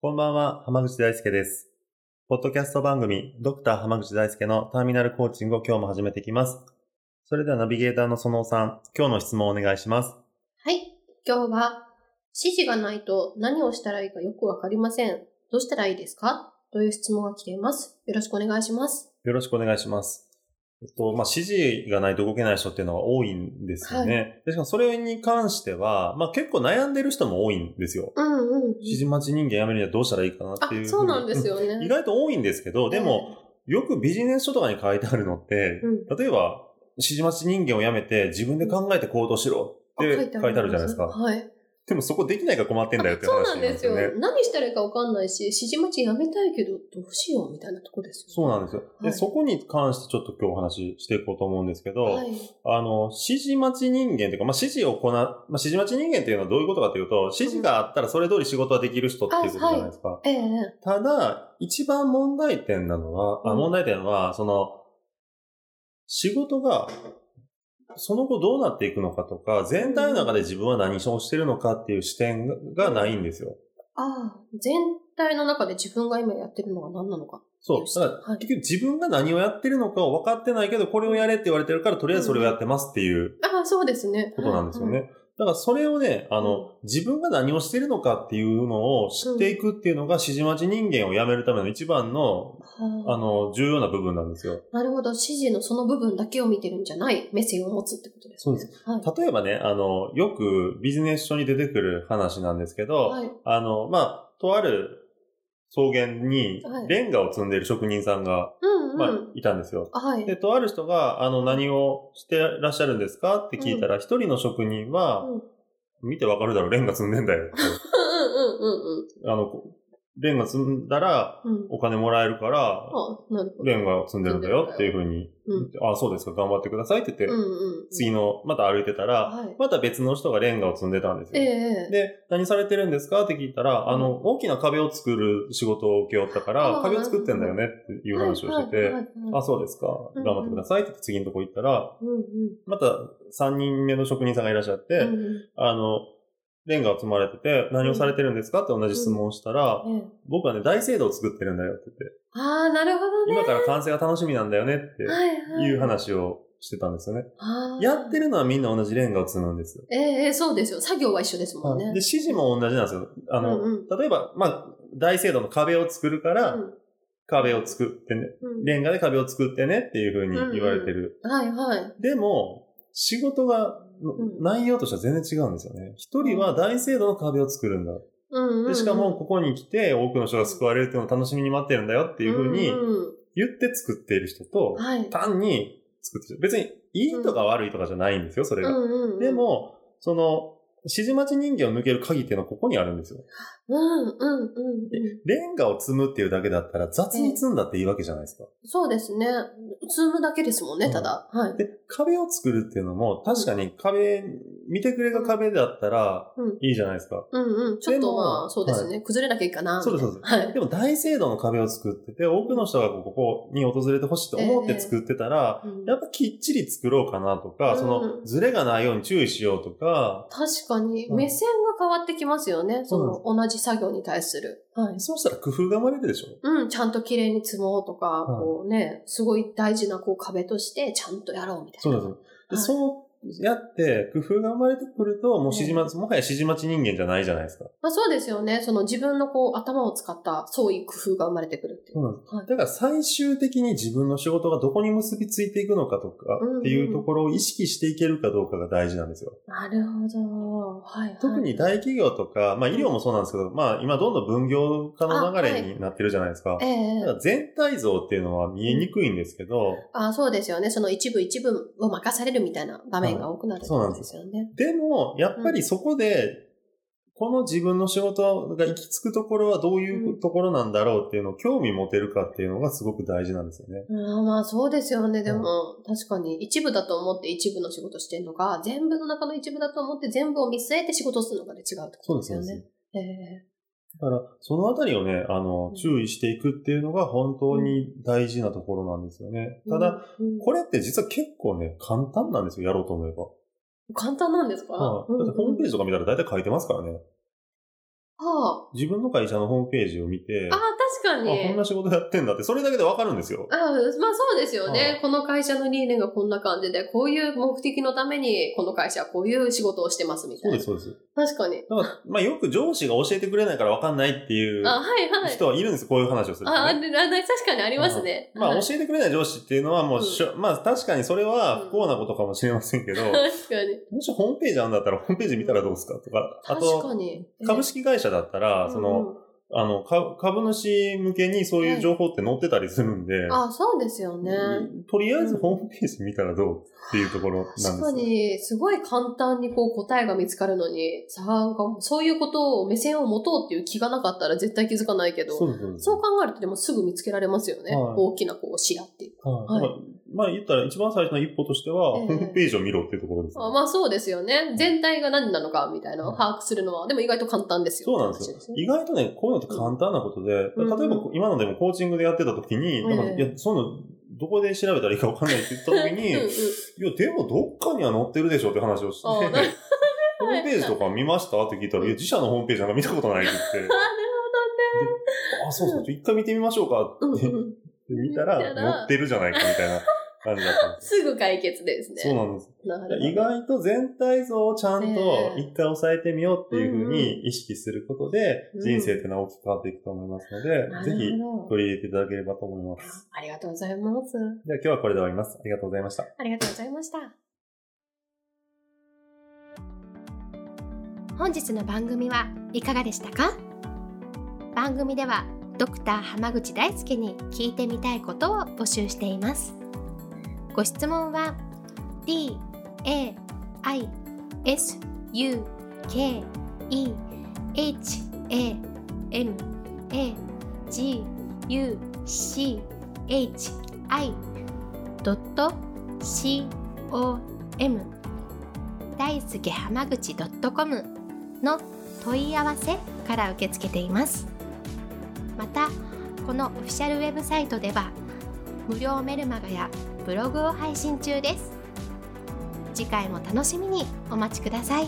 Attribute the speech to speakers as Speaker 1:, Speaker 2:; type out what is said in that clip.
Speaker 1: こんばんは、浜口大輔です。ポッドキャスト番組、ドクター浜口大輔のターミナルコーチングを今日も始めていきます。それではナビゲーターのそのおさん、今日の質問をお願いします。
Speaker 2: はい。今日は、指示がないと何をしたらいいかよくわかりません。どうしたらいいですかという質問が来ています。よろしくお願いします。
Speaker 1: よろしくお願いします。えっと、まあ、指示がないと動けない人っていうのは多いんですよね。でしかもそれに関しては、まあ、結構悩んでる人も多いんですよ。
Speaker 2: うんうん。
Speaker 1: 指示待ち人間やめるにはどうしたらいいかなっていうふう
Speaker 2: あ、
Speaker 1: に。
Speaker 2: そうなんですよ
Speaker 1: うん
Speaker 2: ね
Speaker 1: 意。外と多いんですけど、でも、よくビジネス書とかに書いてあるのって、
Speaker 2: うん。
Speaker 1: 例えば、指示待ち人間をやめて自分で考えて行動しろって書いてあるじゃないですか。
Speaker 2: はい。
Speaker 1: でもそこできないから困ってんだよって話
Speaker 2: そうなんですよ
Speaker 1: ね。。
Speaker 2: 何したらいいかわかんないし、指示待ちやめたいけど、どうしようみたいなとこですよ、ね。
Speaker 1: そうなんですよ。で、
Speaker 2: はい
Speaker 1: そこに関してちょっと今日お話ししていこうと思うんですけど、
Speaker 2: はい。
Speaker 1: あの、指示待ち人間というか、まあ、指示を行う、まあ、指示待ち人間というのはどういうことかというと、指示があったらそれ通り仕事はできる人っていうことじゃないですか。
Speaker 2: ええ
Speaker 1: ただ、一番問題点なのは、あ
Speaker 2: うん
Speaker 1: 問題点は、その、仕事が、その後どうなっていくのかとか、全体の中で自分は何をしてるのかっていう視点がないんですよ。
Speaker 2: ああ、全体の中で自分が今やってるのが何なのか。
Speaker 1: そう。
Speaker 2: よし
Speaker 1: だから、
Speaker 2: はい
Speaker 1: 結局自分が何をやってるのかを分かってないけど、これをやれって言われてるから、とりあえずそれをやってますっていう
Speaker 2: ああ、そうですね。
Speaker 1: ことなんですよ
Speaker 2: はい。
Speaker 1: ね。だからそれをね、あの、自分が何をしてるのかっていうのを知っていくっていうのが、指示待ち人間をやめるための一番の、
Speaker 2: はい
Speaker 1: あの、重要な部分なんですよ。
Speaker 2: なるほど。指示のその部分だけを見てるんじゃない目線を持つってことですね。
Speaker 1: そう
Speaker 2: です。はい。
Speaker 1: 例えばね、あの、よくビジネス書に出てくる話なんですけど、
Speaker 2: はい
Speaker 1: あの、まあ、とある草原に
Speaker 2: はい
Speaker 1: レンガを積んでいる職人さんが、
Speaker 2: うんうん。
Speaker 1: まあ、いたんですよ。
Speaker 2: あはい。
Speaker 1: で、とある人が、あの、何をしてらっしゃるんですかって聞いたら、一、人の職人は、
Speaker 2: うん
Speaker 1: 見てわかるだろ、レンガ積んでんだ よって。
Speaker 2: うんうんうんうん
Speaker 1: あの、レンガ積んだら
Speaker 2: うん。
Speaker 1: お金もらえるから、
Speaker 2: あ、なるほど。
Speaker 1: レンガを積んでるんだよっていうふうに、
Speaker 2: うん
Speaker 1: あ、そうですか、頑張ってくださいって言って、
Speaker 2: うんうんうん。
Speaker 1: 次の、また歩いてたら、
Speaker 2: はい。
Speaker 1: また別の人がレンガを積んでたんです
Speaker 2: え
Speaker 1: よ。
Speaker 2: え
Speaker 1: で、何されてるんですかって聞いたら、あの、大きな壁を作る仕事を請け負ったから、
Speaker 2: あー
Speaker 1: 壁を作ってんだよねっていう話をしてて、あ、そうですか、
Speaker 2: うん
Speaker 1: 頑張ってくださいって言って次のとこ行ったら、
Speaker 2: うんうん。
Speaker 1: また3人目の職人さんがいらっしゃって、
Speaker 2: うん
Speaker 1: あの、レンガを積まれてて、何をされてるんですかって同じ質問をしたら、
Speaker 2: うんええ
Speaker 1: 僕はね、大聖堂を作ってるんだよって言って、
Speaker 2: ああ、なるほどね。
Speaker 1: 今から完成が楽しみなんだよねって
Speaker 2: はいはい。
Speaker 1: いう話をしてたんですよね。
Speaker 2: あー
Speaker 1: やってるのはみんな同じレンガを積むんですよ。
Speaker 2: ええええそうですよ。作業は一緒ですもん
Speaker 1: で、
Speaker 2: ね。
Speaker 1: 指示も同じなんですよ。あの、
Speaker 2: うんうん
Speaker 1: 例えば、まあ、大聖堂の壁を作るから、
Speaker 2: うん
Speaker 1: 壁を作ってね、
Speaker 2: うん
Speaker 1: レンガで壁を作ってねっていう風に言われてる。
Speaker 2: はいはい。
Speaker 1: でも、仕事が、
Speaker 2: ん
Speaker 1: 内容としては全然違うんですよね。一人は大聖堂の壁を作るんだ。
Speaker 2: うんうんうん。
Speaker 1: でしかも、ここに来て多くの人が救われるっていうのを楽しみに待ってるんだよっていう風に
Speaker 2: んうん
Speaker 1: 言って作っている人と、
Speaker 2: はい。
Speaker 1: 単に作ってる。別に、いいとか悪いとかじゃないんですよ、それ
Speaker 2: う
Speaker 1: が。
Speaker 2: んうんうん
Speaker 1: で、も、その、指示待ち人間を抜ける鍵っていうのはここにあるんですよ。
Speaker 2: うんうんうんうん。
Speaker 1: レンガを積むっていうだけだったら雑に積んだっていいわけじゃないですか。
Speaker 2: そうですね。ズームだけですもんね、ただ。はい。
Speaker 1: で、壁を作るっていうのも確かに壁、見てくれが壁だったら
Speaker 2: うん
Speaker 1: いいじゃないですか。
Speaker 2: うんうん。ちょっ
Speaker 1: で
Speaker 2: と
Speaker 1: も
Speaker 2: まあ、そうですね。崩れなきゃいいかな。
Speaker 1: そうです
Speaker 2: み
Speaker 1: そうで
Speaker 2: たいなはい。
Speaker 1: でも大聖堂の壁を作ってて、多くの人がここに訪れてほしいと思って作ってたら、
Speaker 2: うん
Speaker 1: やっぱきっちり作ろうかなとか、
Speaker 2: うん
Speaker 1: そのズレがないように注意しようとか、
Speaker 2: 確かに、
Speaker 1: うん
Speaker 2: 目線が変わってきますよね。そ
Speaker 1: そう
Speaker 2: の、同じ作業に対する。はい。
Speaker 1: そうしたら工夫が生まれるでしょ。
Speaker 2: うん、ちゃんと綺麗に積もうとか、
Speaker 1: はい
Speaker 2: こうね、すごい大事なこう壁として、ちゃんとやろうみたいな。
Speaker 1: そうなんですよ。で
Speaker 2: はい
Speaker 1: そうやって、工夫が生まれてくると、もう指示待ち、もはや指示待ち人間じゃないじゃないですか。
Speaker 2: まあそうですよね。その自分のこう、頭を使った創意工夫が生まれてくるっていう。
Speaker 1: そうなんです。
Speaker 2: はい。
Speaker 1: だから最終的に自分の仕事がどこに結びついていくのかとか
Speaker 2: うんうん
Speaker 1: っていうところを意識していけるかどうかが大事なんですよ。
Speaker 2: あなるほど。はい、はい。
Speaker 1: 特に大企業とか、まあ医療もそうなんですけど、まあ今どんどん分業化の流れになってるじゃないですか。
Speaker 2: ええ
Speaker 1: だから全体像っていうのは見えにくいんですけど、
Speaker 2: あそうですよね。その一部一部を任されるみたいな場面が多くなるって
Speaker 1: そう
Speaker 2: こ
Speaker 1: なん
Speaker 2: と
Speaker 1: で
Speaker 2: ですよね。
Speaker 1: でも、やっぱりそこで、この自分の仕事が行き着くところはどういうところなんだろうっていうのを興味持てるかっていうのがすごく大事なんですよね。
Speaker 2: あーまあそうですよね。でも、確かに一部だと思って一部の仕事してるのか、全部の中の一部だと思って全部を見据えて仕事するのかで違うってことですよね。ええ
Speaker 1: だから、そのあたりをね、あの
Speaker 2: うん、
Speaker 1: 注意していくっていうのが本当に大事なところなんですよね。ただ、、
Speaker 2: うん
Speaker 1: これって実は結構ね、簡単なんですよ、やろうと思えば。
Speaker 2: 簡単なんですか、
Speaker 1: はい
Speaker 2: うん
Speaker 1: だ
Speaker 2: う
Speaker 1: っ
Speaker 2: ん
Speaker 1: てホームページとか見たら大体書いてますからね。
Speaker 2: あ
Speaker 1: 自分の会社のホームページを見て、
Speaker 2: あ、ああ確かに。
Speaker 1: あこんな仕事やってんだって、それだけでわかるんですよ。
Speaker 2: あまあそうですよね、
Speaker 1: はい
Speaker 2: この会社の理念がこんな感じで、こういう目的のために、この会社はこういう仕事をしてますみた
Speaker 1: そ
Speaker 2: いうな。
Speaker 1: です、そうです。
Speaker 2: 確かに。
Speaker 1: だから、まあよく上司が教えてくれないからわかんないっていう
Speaker 2: あ、はいはい。
Speaker 1: 人はいるんですよ、こういう話をすると
Speaker 2: あ、ああ
Speaker 1: ね。
Speaker 2: 確かにありますね。
Speaker 1: ま
Speaker 2: はい
Speaker 1: あ教えてくれない上司っていうのはもうしょ、まあ確かにそれは不幸なことかもしれませんけど、
Speaker 2: 確かに。
Speaker 1: もしホームページあるんだったらホームページ見たらどうですかとか、あ
Speaker 2: 確か
Speaker 1: と、
Speaker 2: に。
Speaker 1: 株式会社だったら、そ
Speaker 2: うん
Speaker 1: の、
Speaker 2: うん
Speaker 1: あの、か株主向けにそういう情報って載ってたりするんで、
Speaker 2: あ、そうですよね。
Speaker 1: とりあえずホームページ見たらどうっていうところなんです
Speaker 2: 確
Speaker 1: よ
Speaker 2: かに、すごい簡単にこう答えが見つかるのに、さあ、そういうことを、目線を持とうっていう気がなかったら絶対気づかないけど、
Speaker 1: そうですそうです。
Speaker 2: そう考えるとでもすぐ見つけられますよね。
Speaker 1: はい
Speaker 2: 大きなこう視野っていう。
Speaker 1: はいだからまあ言ったら一番最初の一歩としては、
Speaker 2: ええ
Speaker 1: ホームページを見ろっていうところですね、
Speaker 2: あまあそうですよね。全体が何なのかみたいなのを把握するのは、でも意外と簡単ですよ。
Speaker 1: そうなんですよ
Speaker 2: って話。ね
Speaker 1: 意外とね、こういうのって簡単なことで、
Speaker 2: うん
Speaker 1: 例えば今のでもコーチングでやってた時に、
Speaker 2: うん
Speaker 1: なんかいや、そういうの、どこで調べたらいいかわかんないって言った時 に、い
Speaker 2: うんうん
Speaker 1: や、でもどっかには載ってるでしょって話をして、
Speaker 2: あーなる
Speaker 1: ホームページ とか見ましたって聞いたら、いや、自社のホームページなんか見たことないって言って、あ、そうそう、ちょ一回見てみましょうか
Speaker 2: ほ
Speaker 1: っ
Speaker 2: ど
Speaker 1: て
Speaker 2: ね。
Speaker 1: 言
Speaker 2: う
Speaker 1: っ
Speaker 2: んうん
Speaker 1: て見たら、
Speaker 2: 見たら
Speaker 1: 載ってるじゃないかみたいな感じだったんです
Speaker 2: すぐ解決ですね。
Speaker 1: よ。そうなんです。
Speaker 2: なるほど
Speaker 1: 意外と全体像をちゃんと
Speaker 2: ええ
Speaker 1: 一回押さえてみようっていうふうに意識することで、
Speaker 2: うん
Speaker 1: 人生っていうのは大きく変わっていくと思いますので、
Speaker 2: な
Speaker 1: ぜひ
Speaker 2: るほど
Speaker 1: 取り入れていただければと思います。
Speaker 2: ありがとうございます。
Speaker 1: では今日はこれで終わります。ありがとうございました。
Speaker 2: ありがとうございました。
Speaker 3: 本日の番組はいかがでしたか番組ではドクター濱口大輔に聞いてみたいことを募集していますご質問は d a i s u k e h a m a g u c h i c o m 大輔濱口 .com の問い合わせから受け付けていますまたこのオフィシャルウェブサイトでは無料メルマガやブログを配信中です次回も楽しみにお待ちください